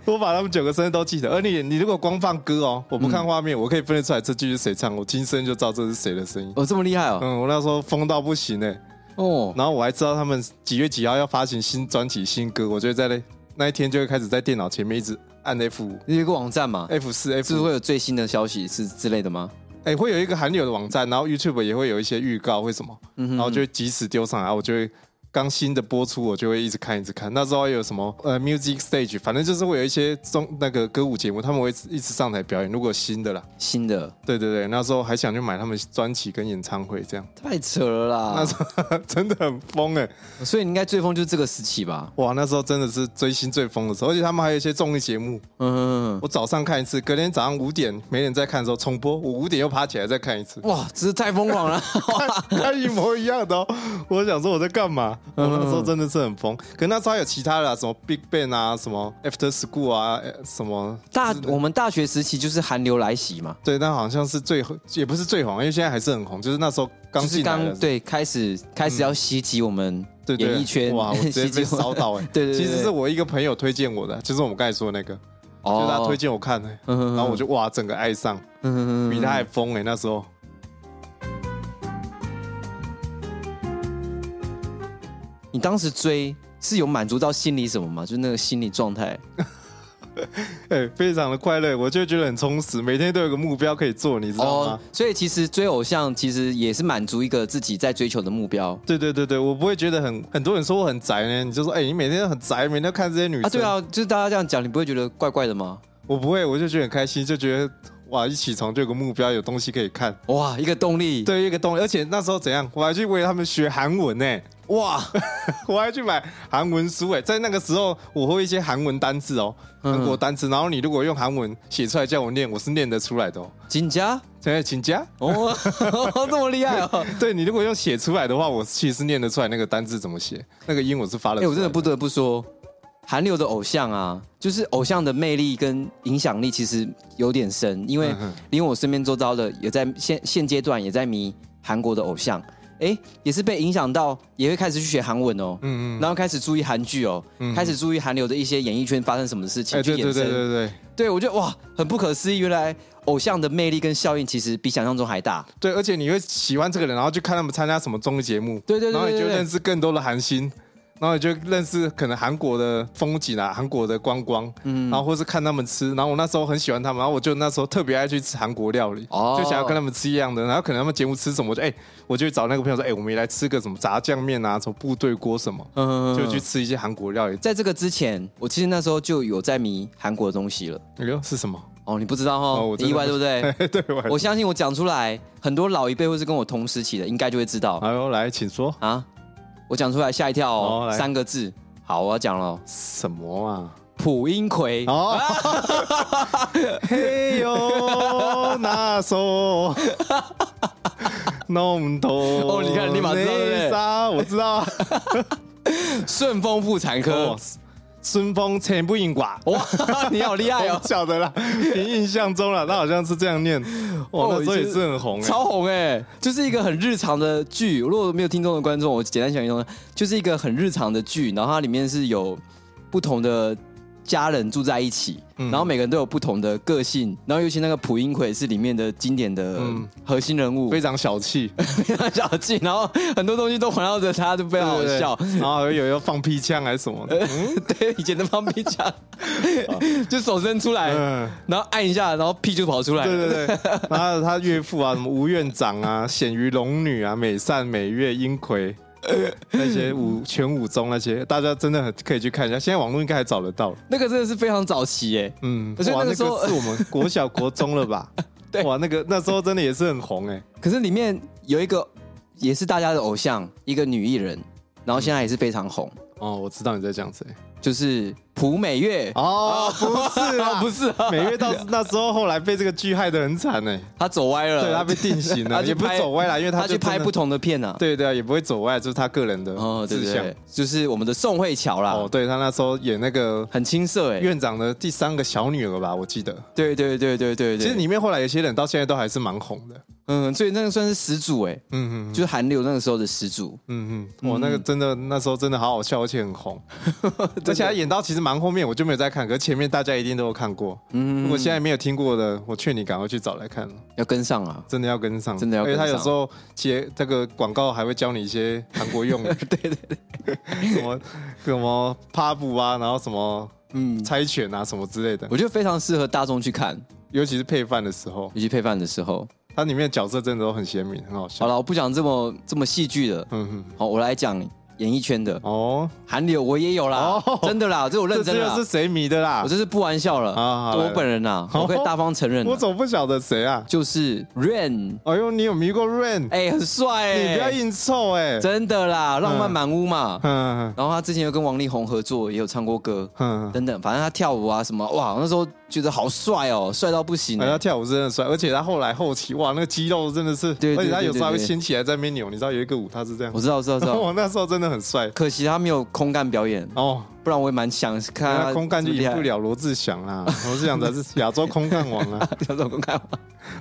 S1: 我把他们九个生日都记得，而你你如果光放歌哦，我不看画面，我可以分得出来这句是谁唱，我听声音就知道这是谁的声音。
S2: 哦，这么厉害哦，
S1: 嗯，我那时候疯到不行哎、
S2: 哦，
S1: 然后我还知道他们几月几号要发行新专辑、新歌，我就会在那那一天就会开始在电脑前面一直按 F 五、
S2: 有一个网站嘛，
S1: F 四、
S2: 是
S1: F
S2: 不是
S1: 五，
S2: 会有最新的消息是之类的吗？
S1: 哎，会有一个韩流的网站，然后 YouTube 也会有一些预告，为什么？
S2: 嗯哼
S1: 然后就会及时丢上来，啊我就会。刚新的播出，我就会一直看，一直看。那时候还有什么呃，music stage，反正就是会有一些中那个歌舞节目，他们会一直上台表演。如果新的啦，
S2: 新的
S1: 对对对，那时候还想去买他们专辑跟演唱会，这样、
S2: 太扯了啦，
S1: 那时候真的很疯哎、
S2: 所以你应该最疯就是这个时期吧？
S1: 哇，那时候真的是追星最疯的时候，而且他们还有一些综艺节目，
S2: 嗯，，
S1: 我早上看一次，隔天早上五点没人在看的时候重播，我五点又爬起来再看一次
S2: 哇，真是太疯狂了！
S1: 它一模一样的、哦。我想说我在干嘛？我那
S2: 嗯
S1: 时候真的是很疯。可那时候还有其他的、啊，什么 Big Bang 啊，什么 After School 啊，呃什么
S2: 大我们大学时期就是韩流来袭嘛，
S1: 对，那好像是最也不是最红，因为现在还是很红，就是那时候刚
S2: 就是
S1: 进来的
S2: 刚对开始开始要袭击我们
S1: 对对
S2: 演艺圈，
S1: 哇，我 直接
S2: 袭击
S1: 被烧到哎、
S2: 对对对
S1: 其实是我一个朋友推荐我的，就是我们刚才说的那个，就
S2: 哦
S1: 是他推荐我看的、
S2: 嗯
S1: 然后我就哇，整个爱上，
S2: 嗯
S1: 比他还疯哎、那时候。
S2: 你当时追是有满足到心理什么吗？就是那个心理状态，
S1: 哎、非常的快乐，我就觉得很充实，每天都有个目标可以做，你知道吗？，
S2: 哦所以其实追偶像其实也是满足一个自己在追求的目标
S1: 对对对对，我不会觉得很很多人说我很宅呢，你就说哎、你每天都很宅，每天都看这些女生
S2: 啊。对，啊，就是大家这样讲，你不会觉得怪怪的吗？
S1: 我不会，我就觉得很开心，就觉得哇，一起床就有个目标，有东西可以看，
S2: 哇，一个动力，，
S1: 对，一个东西，而且那时候怎样，我还去为他们学韩文呢，
S2: 哇，
S1: 我还去买韩文书哎，在那个时候我会一些韩文单字哦，
S2: 嗯
S1: 韩国单字，然后你如果用韩文写出来叫我念，我是念得出来的哦。
S2: 金家，
S1: 现在请假。
S2: 哦， 这么厉害哦！
S1: 对你如果用写出来的话，我其实是念得出来那个单字怎么写，那个音我是发了。
S2: 哎、我真的不，得不说，韩流的偶像啊，就是偶像的魅力跟影响力其实有点深，因为
S1: 嗯
S2: 连我身边周遭的也在现现阶段也在迷韩国的偶像，哎、也是被影响到，也会开始去学韩文哦，
S1: 嗯嗯，嗯
S2: 然后开始注意韩剧哦，开始注意韩流的一些演艺圈发生什么事情
S1: 哎，
S2: 去
S1: 对对对
S2: 衍
S1: 对
S2: 生。
S1: 对
S2: 对我觉得哇，很不可思议，原来偶像的魅力跟效应其实比想象中还大。
S1: 对，而且你会喜欢这个人，然后去看他们参加什么综艺节目，
S2: 对对对
S1: 然后你
S2: 对
S1: 就
S2: 对
S1: 认识更多的韩星。然后你就认识可能韩国的风景啊，韩国的观光，嗯，然后或是看他们吃，然后我那时候很喜欢他们，然后我就那时候特别爱去吃韩国料理，
S2: 哦
S1: 就想要跟他们吃一样的，然后可能他们节目吃什么，我就哎、我就找那个朋友说，哎、我们也来吃个什么炸酱面啊，什么部队锅什么，
S2: 嗯，
S1: 就去吃一些韩国料理。
S2: 在这个之前，我其实那时候就有在迷韩国的东西了。
S1: 哎呦，是什么？
S2: 哦，你不知道
S1: 哦
S2: 哦
S1: 我，真的
S2: 意外对不对？
S1: 对，我还
S2: 我相信我讲出来，很多老一辈或是跟我同时期的，应该就会知道
S1: 哎呦，来，请说
S2: 啊。我讲出来吓一跳
S1: 哦
S2: 哦，
S1: 来
S2: 三个字。好，我要讲了，
S1: 什么啊？
S2: 蒲英奎。
S1: 哦，嘿呦，那首弄头
S2: 哦你看立马知道对不对
S1: 道，我知道啊。
S2: 顺丰妇产科
S1: 哦。孙峰前不赢寡，
S2: 哇， 你好厉害
S1: 我
S2: 哦
S1: 不，晓得啦，凭印象中了，他好像是这样念。
S2: 哦
S1: 哦，那时候
S2: 以前
S1: 也是很红哎。
S2: 超红哎、就是一个很日常的剧。如果没有听众的观众，我简单想一下，就是一个很日常的剧，然后它里面是有不同的家人住在一起，
S1: 嗯
S2: 然后每个人都有不同的个性，然后尤其那个蒲英奎是里面的经典的核心人
S1: 嗯
S2: 物，
S1: 非常小气，
S2: 非常小气，然后很多东西都环绕着他，就非常好笑。
S1: 对对对然后有要放屁枪还是什么的，
S2: 对，以前的方 便讲， 就手伸出来，
S1: 啊嗯
S2: 然后按一下，然后屁就跑出来了。
S1: 对对对， 然后他岳父啊，什么吴院长啊、显于龙女啊、美善、美月、英奎 那些武全武宗那些，大家真的很可以去看一下，现在网络应该还找得到。
S2: 那个真的是非常早期耶、
S1: 嗯，
S2: 所以
S1: 哇，
S2: 那
S1: 那个
S2: 个时候
S1: 是我们国小国中了吧？
S2: 对
S1: 哇，那个那时候真的也是很红哎、
S2: 可是里面有一个也是大家的偶像，一个女艺人，然后现在也是非常红，
S1: 哦，我知道你在讲谁。
S2: 就是朴美月。
S1: 哦，不是啊，
S2: 不是啊
S1: 美月到那时候后来被这个剧害得很惨哎、
S2: 她走歪了，
S1: 对他被定型了，
S2: 她呃去
S1: 也不是
S2: 拍
S1: 走歪了，因为他
S2: 她去拍不，同的片啊。
S1: 对对啊，也不会走歪，就是他个人的
S2: 哦，对
S1: 志
S2: 对啊
S1: 向。
S2: 对，就是我们的宋慧乔啦，
S1: 哦，对他那时候演那个
S2: 很青涩哎。
S1: 院长的第三个小女儿吧，我记得。
S2: 对对对对对对，
S1: 其实里面后来有些人到现在都还是蛮红的。
S2: 嗯，所以那个算是始祖哎，
S1: 嗯嗯
S2: 就是韩流那个时候的始祖。
S1: 嗯嗯，我那个真的那时候真的好好笑，而且很 红。而且他演到其实蛮后面，我就没有再看，可是前面大家一定都有看过。
S2: 嗯，
S1: 如果现在没有听过的，我劝你赶快去找来看，
S2: 要跟上啊，
S1: 真的要跟上，
S2: 真的要跟
S1: 因
S2: 上
S1: 为他有时候接这个广告还会教你一些韩国用语， 对对对， 什么什么趴步啊，然后什么
S2: 嗯，
S1: 猜拳啊什么之类的，
S2: 我觉得非常适合大众去看，
S1: 尤其是配饭的时候，
S2: 尤其配饭的时候。
S1: 它里面的角色真的都很鲜明，很好笑。
S2: 好了，我不讲这么这么戏剧的，
S1: 嗯嗯。
S2: 好，我来讲演艺圈的。
S1: 哦，
S2: 韩流我也有啦，
S1: 哦
S2: 真 的啦，这我认
S1: 这
S2: 真的
S1: 这
S2: 啦，
S1: 是谁迷的啦
S2: 我？这是不玩笑了，
S1: 好好
S2: 这我
S1: 来
S2: 本人呐，
S1: 好
S2: 我可以大方承认啦，
S1: 我怎么不晓得谁啊？
S2: 就是 Rain，
S1: 哎呦，你有迷过 Rain？
S2: 哎，很帅
S1: 你不要
S2: 哎，
S1: 硬凑哎。
S2: 真的啦，浪漫满屋嘛。
S1: 嗯
S2: 然后他之前又跟王力宏合作，也有唱过歌
S1: 嗯，
S2: 等等，反正他跳舞啊什么，哇，那时候觉得好帅哦，帅到不行
S1: 哎
S2: 哎
S1: 他。跳舞真的很帅，而且他后来后期哇，那个肌肉真的是，
S2: 对对对
S1: 而且他有时候还会
S2: 对对
S1: 掀起来在那边扭，你知道有一个舞他是这样
S2: 我，知道，我知道，我知道。
S1: 我那时候真的很帅
S2: 可惜他没有空干表演，
S1: 哦。
S2: 不然我也蛮想看
S1: 那
S2: 他
S1: 哎
S2: 啊
S1: 空干就
S2: 厉
S1: 赢
S2: 害
S1: 不。了罗志祥啦，罗志祥才是亚洲空干王啊。
S2: 想说空干，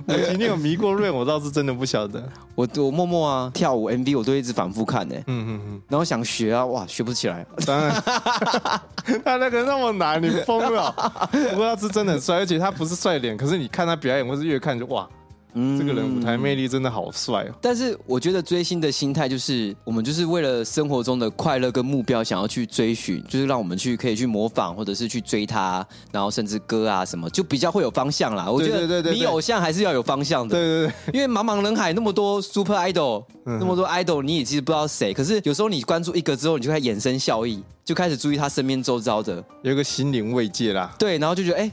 S1: 我你有迷过 Rain，我倒是真的不晓得。
S2: 我我默默啊跳舞 MV 我都一直反复看呢，欸
S1: 嗯嗯嗯。
S2: 然后想学啊，哇，学不起来。
S1: 当然，他那个那么难，你疯了。不过他是真的很帅，而且他不是帅脸，可是你看他表演，或是越看就哇，
S2: 嗯
S1: 这个人舞台魅力真的好帅哦。
S2: 但是我觉得追星的心态就是，我们就是为了生活中的快乐跟目标想要去追寻，就是让我们去可以去模仿，或者是去追他，然后甚至歌啊什么，就比较会有方向啦。我觉
S1: 对对对
S2: 得
S1: 对
S2: 你偶像还是要有方向
S1: 对嗯
S2: 的，
S1: 对对，
S2: 因为茫茫人海那么多 super idol，那么多 idol，你也其实不知道谁。可是有时候你关注一个之后，你就开始衍生效益，就开始注意他身边周遭的，
S1: 有一个心灵慰藉啦。
S2: 对，然后就觉得哎、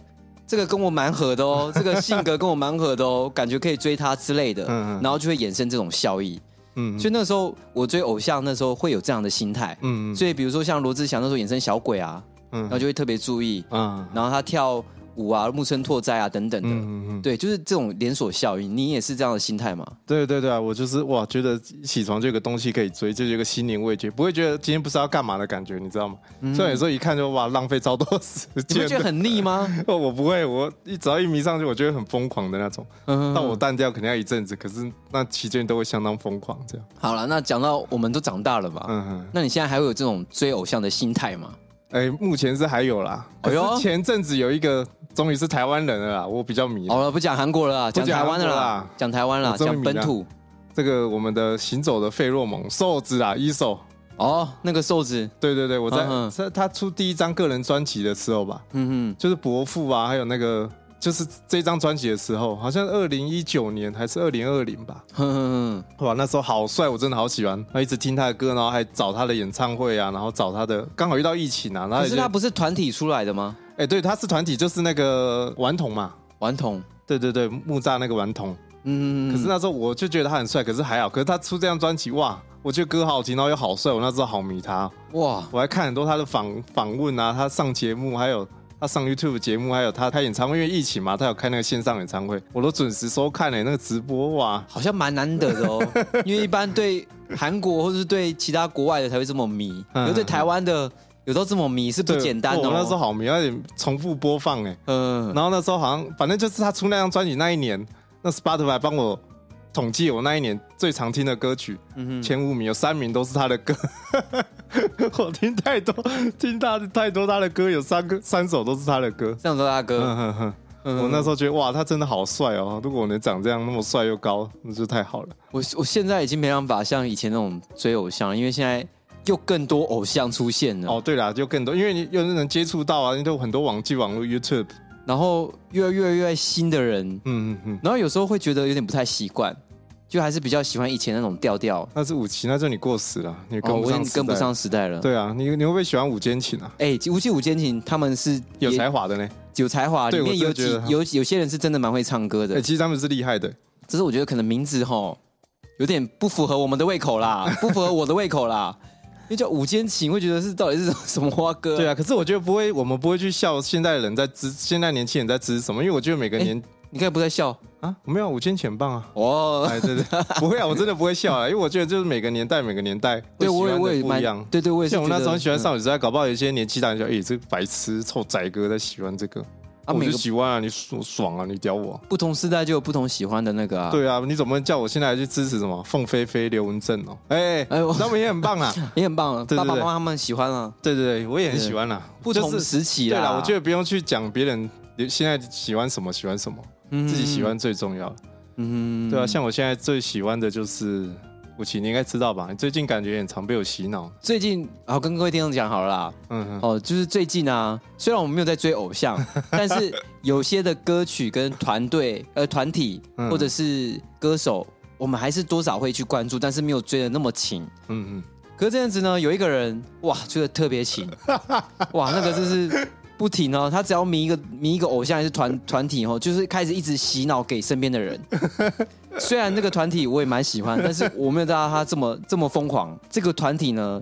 S2: 这个跟我蛮合 的哦，这个性格跟我蛮合的哦，感觉可以追他之类的，
S1: 嗯嗯
S2: 然后就会衍生这种效益。
S1: 嗯
S2: 所以那时候我追偶像，那时候会有这样的心态。
S1: 嗯嗯
S2: 所以比如说像罗志祥那时候衍生小鬼啊，然后
S1: 嗯
S2: 就会特别注意，
S1: 嗯
S2: 然后他跳舞啊、木村拓哉啊等等的，
S1: 嗯嗯，
S2: 对，就是这种连锁效应。你也是这样的心态吗？
S1: 对对对啊！我就是哇，觉得一起床就有个东西可以追，就有个心灵慰藉，不会觉得今天不知道干嘛的感觉，你知道吗？虽然有时候一看就哇，浪费超多时
S2: 嗯你会觉
S1: 间
S2: 得
S1: 的。
S2: 很腻吗？
S1: 哦， 我不会，我一只要一迷上去，我就会很疯狂的那种。
S2: 嗯，
S1: 但我淡掉可能要一阵子，可是那期间都会相当疯狂这样。
S2: 好了，那讲到我们都长大了嘛，
S1: 嗯哼，
S2: 那你现在还会有这种追偶像的心态吗？
S1: 哎、目前是还有啦。可
S2: 哎
S1: 是
S2: 呦
S1: 前阵子有一个终于是台湾人了啦，我比较迷
S2: 好了，不讲韩国了啦，
S1: 不
S2: 讲
S1: 讲
S2: 台
S1: 韩国
S2: 湾的啦
S1: 啦，
S2: 讲台湾啦，
S1: 我终于
S2: 讲本土。
S1: 这个我们的行走的费洛蒙瘦子啦，一手。
S2: 哦，那个瘦子，
S1: 对对对，我在
S2: 嗯嗯
S1: 他他出第一张个人专辑的时候吧，
S2: 嗯
S1: 就是伯父啊，还有那个就是这张专辑的时候，好像二零一九年还是二零二零吧，
S2: 哼，哼哼哼，
S1: 哇，那时候好帅，我真的好喜欢，然后一直听他的歌，然后还找他的演唱会啊，然后找他的，刚好遇到疫情啊，然后
S2: 可
S1: 也
S2: 是
S1: 就
S2: 他不是团体出来的吗？
S1: 哎、对，他是团体，就是那个顽童嘛，
S2: 顽童，
S1: 对对对，木栅那个顽童，
S2: 嗯，
S1: 可是那时候我就觉得他很帅，可是还好，可是他出这张专辑哇，我觉得歌好好听，然后又好帅，我那时候好迷他哦，
S2: 哇，
S1: 我还看很多他的访访问啊，他上节目，还有他上 YouTube 节目，还有他开演唱会，因为疫情嘛，他有开那个线上演唱会，我都准时收看了、欸那个直播哇，
S2: 好像蛮难得的哦，因为一般对韩国或是对其他国外的才会这么迷，
S1: 嗯
S2: 有对台湾的有时候这么迷是不
S1: 对
S2: 简单
S1: 哇
S2: 哦。
S1: 我那时候好迷，而且重复播放哎、
S2: 嗯，
S1: 然后那时候好像反正就是他出那张专辑那一年，那 Spotify 帮我统计我那一年最常听的歌曲，
S2: 嗯
S1: 前五名有三名都是他的歌。 我听太多，听他的太多他的歌，有三个三首都是他的歌。
S2: 这样说大哥，
S1: 嗯哼哼，我那时候觉得哇，他真的好帅哦！如果我能长这样那么帅又高，那就太好了。
S2: 我我现在已经没办法像以前那种追偶像，因为现在又更多偶像出现了，
S1: 哦，对啦，就更多，因为你又能接触到啊，你都有很多网际网络 YouTube，
S2: 然后越来越越来越新的人，
S1: 嗯嗯嗯，
S2: 然后有时候会觉得有点不太习惯，就还是比较喜欢以前那种调调。
S1: 那是武器，那就你过时了，你
S2: 哦，
S1: 跟
S2: 我
S1: 不
S2: 已
S1: 上、
S2: 经跟不上。时代了。，
S1: 对啊，你你会不会喜欢五间琴啊？
S2: 哎，无忌五间琴他们是
S1: 有
S2: 也
S1: 才华的呢，
S2: 有才华，
S1: 对
S2: 里
S1: 我
S2: 面
S1: 真的
S2: 有几
S1: 觉得他
S2: 有有些人是真的蛮会唱歌
S1: 哎、
S2: 的，
S1: 其实他们是厉害的。
S2: 只是我觉得可能名字吼有点不符合我们的胃 口啦，不符合我的胃口啦。因为叫五间琴，会觉得是到底是什么花歌、
S1: 对，啊，可是我觉得不会，我们不会去笑现代人在支，现在年轻人在支持什么，因为我觉得每个年、
S2: 你看不在笑
S1: 啊，没有五千钱棒 啊。
S2: 哦。
S1: 哎，对对，不会啊，我真的不会笑啊，因为我觉得就是每个年代每个年代
S2: 对，
S1: 会喜
S2: 我
S1: 欢
S2: 也
S1: 的
S2: 我也
S1: 不
S2: 蛮
S1: 一样。
S2: 对对，我也是嗯
S1: 像我那时候很喜欢
S2: 上
S1: 少女时代，搞不好有一些年纪大的人说，哎、这白痴臭仔哥在喜欢这个，我
S2: 啊，每
S1: 就
S2: 个
S1: 喜欢啊，你爽爽啊，你屌我啊、
S2: 不同时代就有不同喜欢的那个啊。，
S1: 对啊，你怎么叫我现在还去支持什么凤飞飞、刘文正哦？哎、
S2: 哎我
S1: 他们也很棒啊，
S2: 也很棒啊，
S1: 对对
S2: 爸爸
S1: 对
S2: 妈妈他们喜欢啊，
S1: 对对对，我也很喜欢啦、
S2: 不
S1: 就
S2: 同
S1: 是
S2: 时期
S1: 对
S2: 啦。
S1: 啦，我觉得不用去讲别人现在喜欢什么，喜欢什么，
S2: 嗯
S1: 自己喜，欢最重要。
S2: 嗯
S1: 对啊，像我现在最喜欢的就是武奇，你应该知道吧？你最近感觉也很常被我洗脑。
S2: 最近，好跟各位听众讲好了啦，
S1: 嗯嗯，
S2: 哦，就是最近啊，虽然我们没有在追偶像， 但是有些的歌曲跟团队、呃团体
S1: 嗯
S2: 或者是歌手，我们还是多少会去关注，但是没有追的那么勤。
S1: 嗯嗯，
S2: 可是这样子呢，有一个人哇追的特别 勤，哇，那个就是不停哦，他只要迷一个迷一个偶像还是团团体哦，就是开始一直洗脑给身边 的人。虽然那个团体我也蛮喜欢，但是我没有知道他这么这么疯狂。这个团体呢，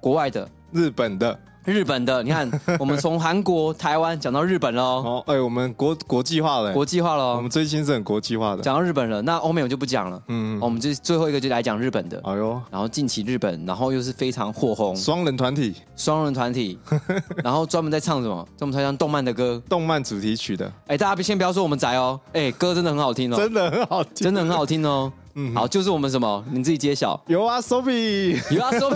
S2: 国外的。
S1: 日本的
S2: 日本的，你 看，我们从韩国、台湾讲到日本喽，
S1: 哦，哎、我们国国际化了、
S2: 国际化
S1: 我
S2: 喽
S1: 们，最新是很国际化的。
S2: 讲到日本了，那欧美我就不讲了，
S1: 嗯，
S2: 我们就最后一个就来讲日本的。嗯
S1: 哎呦，
S2: 然后近期日本，然后又是非常火红，
S1: 双人团体，
S2: 双人团 体，然后专门在唱什么？专门在唱动漫的歌。
S1: 动漫主题曲的，
S2: 哎，大家先不要说我们宅哦，哎，歌真的很好听哦，
S1: 真的很好听。
S2: 真的很好听哦。
S1: 嗯
S2: 好，就是我们什么，你自己揭晓。
S1: 有啊，Sobi，
S2: 有啊， 说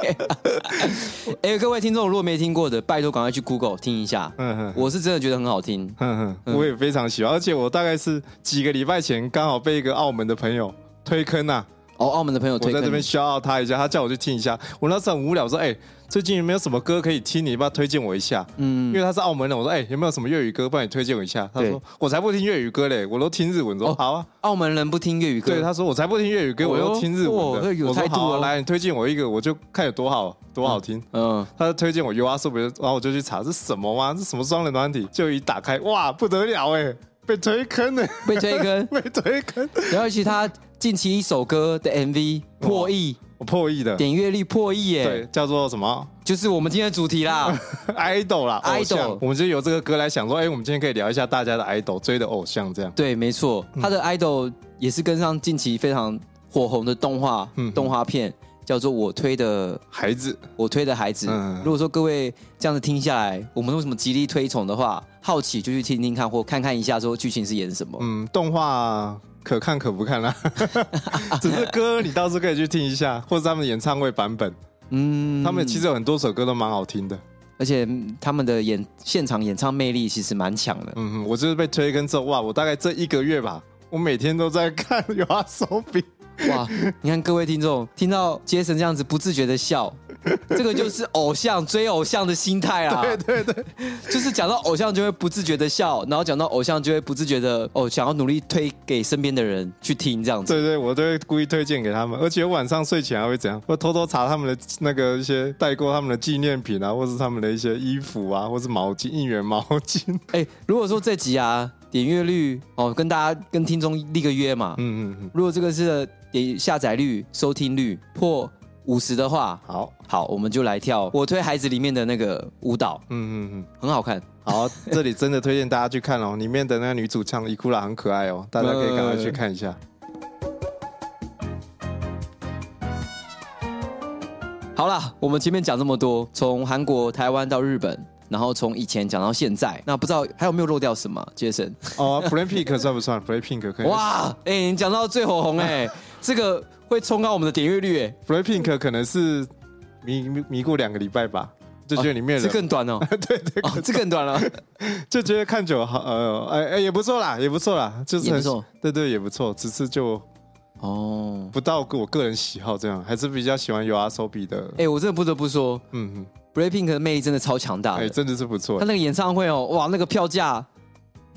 S2: 明。哎，各位听众，如果没听过的，拜托赶快去 Google 听一下。
S1: 嗯哼嗯
S2: 我是真的觉得很好听。
S1: 哼
S2: 嗯
S1: 哼，我也非常喜欢，而且我大概是几个礼拜前刚好被一个澳门的朋友推坑啊，
S2: 哦，澳门的朋友
S1: 我
S2: 推
S1: 在
S2: 坑
S1: 这边
S2: 你，
S1: 消耗他一下，他叫我去听一下。我那时候很无聊，说：“哎、最近有没有什么歌可以听？你要不要推荐我一下？”因
S2: 嗯，
S1: 为他是澳门人，我说：“哎、有没有什么粤语歌，帮你推荐我一下？”他说
S2: 对：“
S1: 我才不听粤语歌嘞，我都听日文。”我说：“
S2: 哦
S1: 好啊。
S2: 澳门人不听粤语”歌，
S1: 对，他说：“我才不听粤语歌，我
S2: 哦
S1: 都听日文
S2: 哦这
S1: 的。
S2: 有
S1: 我说
S2: 态：“度
S1: 好啊、
S2: 哦
S1: 来，你推荐我一个，我就看有多好，多好听。
S2: 嗯，
S1: 他就推荐我 U R 说别，然后我就去查这什么啊吗？这什么双人团体？就一打开，哇，不得了哎、被推坑了， 。
S2: 被推坑
S1: 被推坑，
S2: 然后其他近期一首歌的 MV 破亿，
S1: 我破亿的，
S2: 点阅率破亿
S1: 对
S2: 耶，，
S1: 叫做什么？
S2: 就是我们今天的主题啦。
S1: idol 啦
S2: idol
S1: 偶像我们就由这个歌来想说，哎、我们今天可以聊一下大家的 idol 追的偶像这样。
S2: 对，没错，
S1: 嗯
S2: 他的 idol 也是跟上近期非常火红的动画
S1: 嗯
S2: 动画片，叫做《我推的
S1: 孩子，
S2: 我推的孩子，
S1: 嗯
S2: 如果说各位这样子听下来，我们为什么极力推崇的话，好奇就去听听看或看看一下，说剧情是演什么。
S1: 嗯，动画可看可不 看啦，啊只是歌你到时候可以去听一下，或是他们的演唱会版本，
S2: 嗯，
S1: 他们其实有很多首歌都蛮好听的。
S2: 而且嗯他们的演现场演唱魅力其实蛮强的。
S1: 嗯，我就是被推跟之后，哇，我大概这一个月吧，我每天都在看 有啊手柄，
S2: 哇，你看各位听众听到杰森这样子不自觉的笑，这个就是偶像追偶像的心态啦。 对对对，就是讲到偶像就会不自觉的笑，然后讲到偶像就会不自觉的哦，想要努力推给身边的人去听这样 子。
S1: 对对，我都会故意推荐给他们，而且晚上睡前还会怎样？会偷偷查他们的那个一些代购他们的纪念品啊，或是他们的一些衣服啊，或是毛巾、应援毛巾。
S2: 哎、如果说这集啊点阅率哦，跟大家跟听众立个约嘛，
S1: 嗯嗯嗯，
S2: 如果这个是点下载率、收听率破五十的话，
S1: 好，
S2: 好，我们就来跳我推孩子里面的那个舞蹈，
S1: 嗯嗯嗯。
S2: 很好看。
S1: 好，这里真的推荐大家去看哦，里面的那个女主唱伊库拉很可爱哦，大家可以赶快去看一下。
S2: 好啦，我们前面讲这么多，从韩国、台湾到日本，然后从以前讲到现在，那不知道还有没有漏掉什么？杰森，
S1: 哦 b l a c k Pink 算不算 b l a c k Pink 可以
S2: 哇，哎、你讲到最火红 哎、这个会冲高我们的点阅率哎、
S1: b l a c k Pink 可能是迷迷迷过两个礼拜吧，就觉得里面
S2: 这
S1: 人、
S2: 更短哦， 对对哦，这更短了，
S1: 就觉得看久了好，呃，哎哎也不错啦，也不错啦，就是
S2: 也
S1: 很
S2: 不错，
S1: 对对也不错，只是就
S2: 哦。
S1: 不到我个人喜好这样，还是比较喜欢 U R S O B 的，
S2: 哎、我真的不得不说
S1: 嗯嗯，
S2: ，BLACKPINK 的魅力真的超强大
S1: 哎、
S2: 的。
S1: 真的是不错
S2: 啊他那个演唱会哦，哇，那个票价，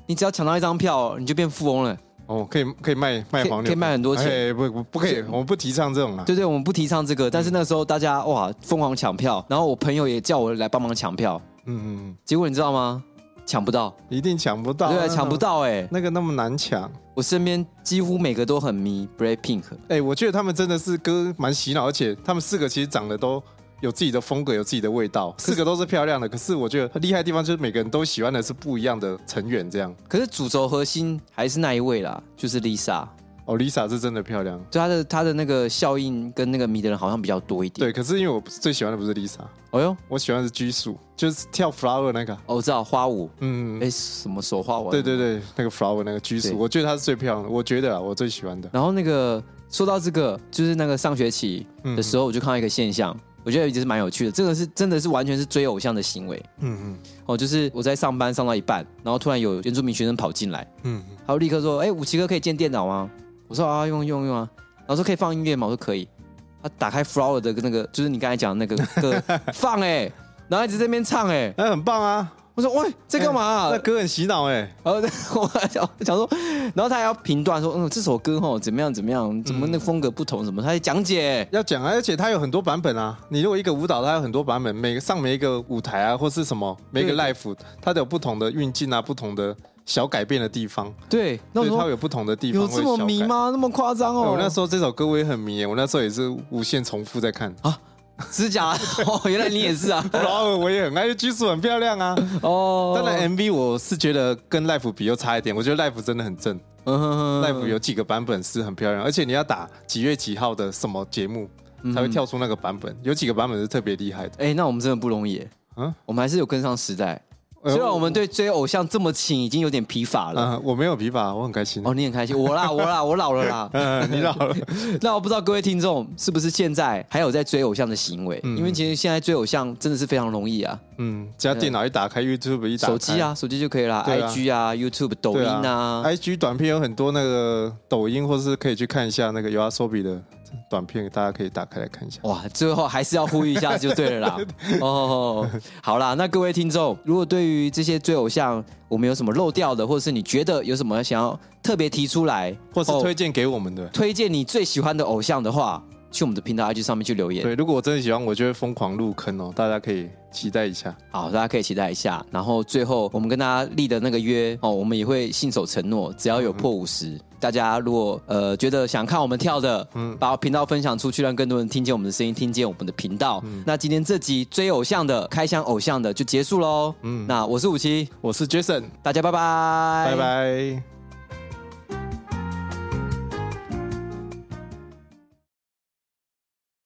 S2: 你只要抢到一张票，你就变富翁了。
S1: 哦，可以可以卖卖
S2: 可以
S1: 黄牛，
S2: 可以卖很多钱
S1: 哎、不不不可以，
S2: 是
S1: 我们不提倡这种啊啦。
S2: 对对，我们不提倡这个，但是那时候大家哇疯狂抢票，然后我朋友也叫我来帮忙抢票，
S1: 嗯嗯
S2: 结果你知道吗？抢不到，
S1: 嗯，一定抢不到、
S2: 对，抢不。到哎、
S1: 那个那么难抢。
S2: 我身边几乎每个都很迷 BLACKPINK，
S1: 哎、我觉得他们真的是歌蛮洗脑，而且他们四个其实长得都有自己的风格，有自己的味道，四个都是漂亮的。可是我觉得厉害的地方就是每个人都喜欢的是不一样的成员，这样。
S2: 可是主轴核心还是那一位啦，就是 Lisa，
S1: 哦，Lisa 是真的漂亮。
S2: 就她的她的那个效应跟那个迷的人好像比较多一点。
S1: 对，可是因为我最喜欢的不是 Lisa，
S2: 对，哎呦，
S1: 我喜欢的是拘束，就是跳 flower 那个。
S2: 哦，我知道花舞，
S1: 嗯，
S2: 哎，什么手花舞？
S1: 对对对，那个 flower 那个拘
S2: 对
S1: 束，我觉得她是最漂亮的，我觉得啊，我最喜欢的。
S2: 然后那个说到这个，就是那个上学期
S1: 嗯
S2: 的时候，我就看到一个现象，我觉得也是蛮有趣的。这个是真的是完全是追偶像的行为
S1: 嗯
S2: 哦，就是我在上班上到一半，然后突然有原住民学生跑进来，
S1: 嗯嗯，
S2: 他就立刻说：“哎、武奇哥可以建电脑吗？”我说：“啊，用用用啊。”然后说：“可以放音乐吗？”我说：“可以。”他打开 Flower 的那个，就是你刚才讲的那个 歌放哎、然后一直在那边唱哎、
S1: 那、很棒啊，
S2: 我说：“喂，在干嘛、
S1: 那歌很洗脑哎、
S2: 然后 我还想想说，然后他还要评断说，嗯，这首歌吼怎么样怎么样，怎么那个风格不同什么，他还讲解。
S1: 要讲啊，而且它有很多版本啊。你如果一个舞蹈，它有很多版本，每个上每一个舞台啊，或是什么每一个
S2: 对
S1: live，它都有不同的运镜啊，不同的小改变的地方。
S2: 对，那我
S1: 对，它
S2: 说
S1: 有不同的地方
S2: 有
S1: 会
S2: 这
S1: 小
S2: 么
S1: 改
S2: 迷？吗？那么夸张
S1: 对
S2: 哦？
S1: 我那时候这首歌我也很迷耶，我那时候也是无限重复在 看。
S2: 候指甲哦， 原来你也是啊
S1: 然后我也很爱，居素很漂亮啊。
S2: 哦，
S1: 当然哎 MV 我是觉得跟 live 比又差一点，我觉得 live 真的很正。
S2: 嗯哼哼
S1: live 有几个版本是很漂亮，而且你要打几月几号的什么节目才会跳出那个版本，有几个版本是特别厉害的。
S2: 哎，那我们真的不容易耶，
S1: 嗯
S2: 我们还是有跟上时代。虽然我
S1: 哦
S2: 们对追偶像这么勤已经有点疲乏了。
S1: 啊，呃我没有疲乏，我很开心。
S2: 哦，你很开心，我啦，我啦，我老了 啦。
S1: 嗯，你老 了，
S2: 那我不知道各位听众是不是现在还有在追偶像的行为？因为其实现在追偶像真的是非常容易啊，
S1: 嗯，只要电脑一打开，YouTube 一打开，
S2: 手机啊，手机就可以啦
S1: 对啊
S2: ，IG 啊，YouTube、抖
S1: 对
S2: 音
S1: 啊
S2: 啊，
S1: ，IG 短片有很多那个抖音，或是可以去看一下那个 u a s o b i 的短片，大家可以打开来看一下。
S2: 哇，最后还是要呼吁一下就 对了啦。哦，好啦，那各位听众，如果对于这些追偶像，我们有什么漏掉的，或者是你觉得有什么想要特别提出来，
S1: 或是
S2: 哦
S1: 推荐给我们的。
S2: 推荐你最喜欢的偶像的话，去我们的频道 IG 上面去留言。
S1: 对，如果我真的喜欢，我就会疯狂入坑哦，大家可以期待一下。
S2: 好，大家可以期待一下。然后最后我们跟大家立的那个约哦，我们也会信守承诺，只要有破五十、大家如果呃觉得想看我们跳的，嗯，把频道分享出去，让更多人听见我们的声音，听见我们的频道。那今天这集追偶像的、开箱偶像的就结束喽。嗯，那我是武七，
S1: 我是 Jason，
S2: 大家拜拜，
S1: 拜拜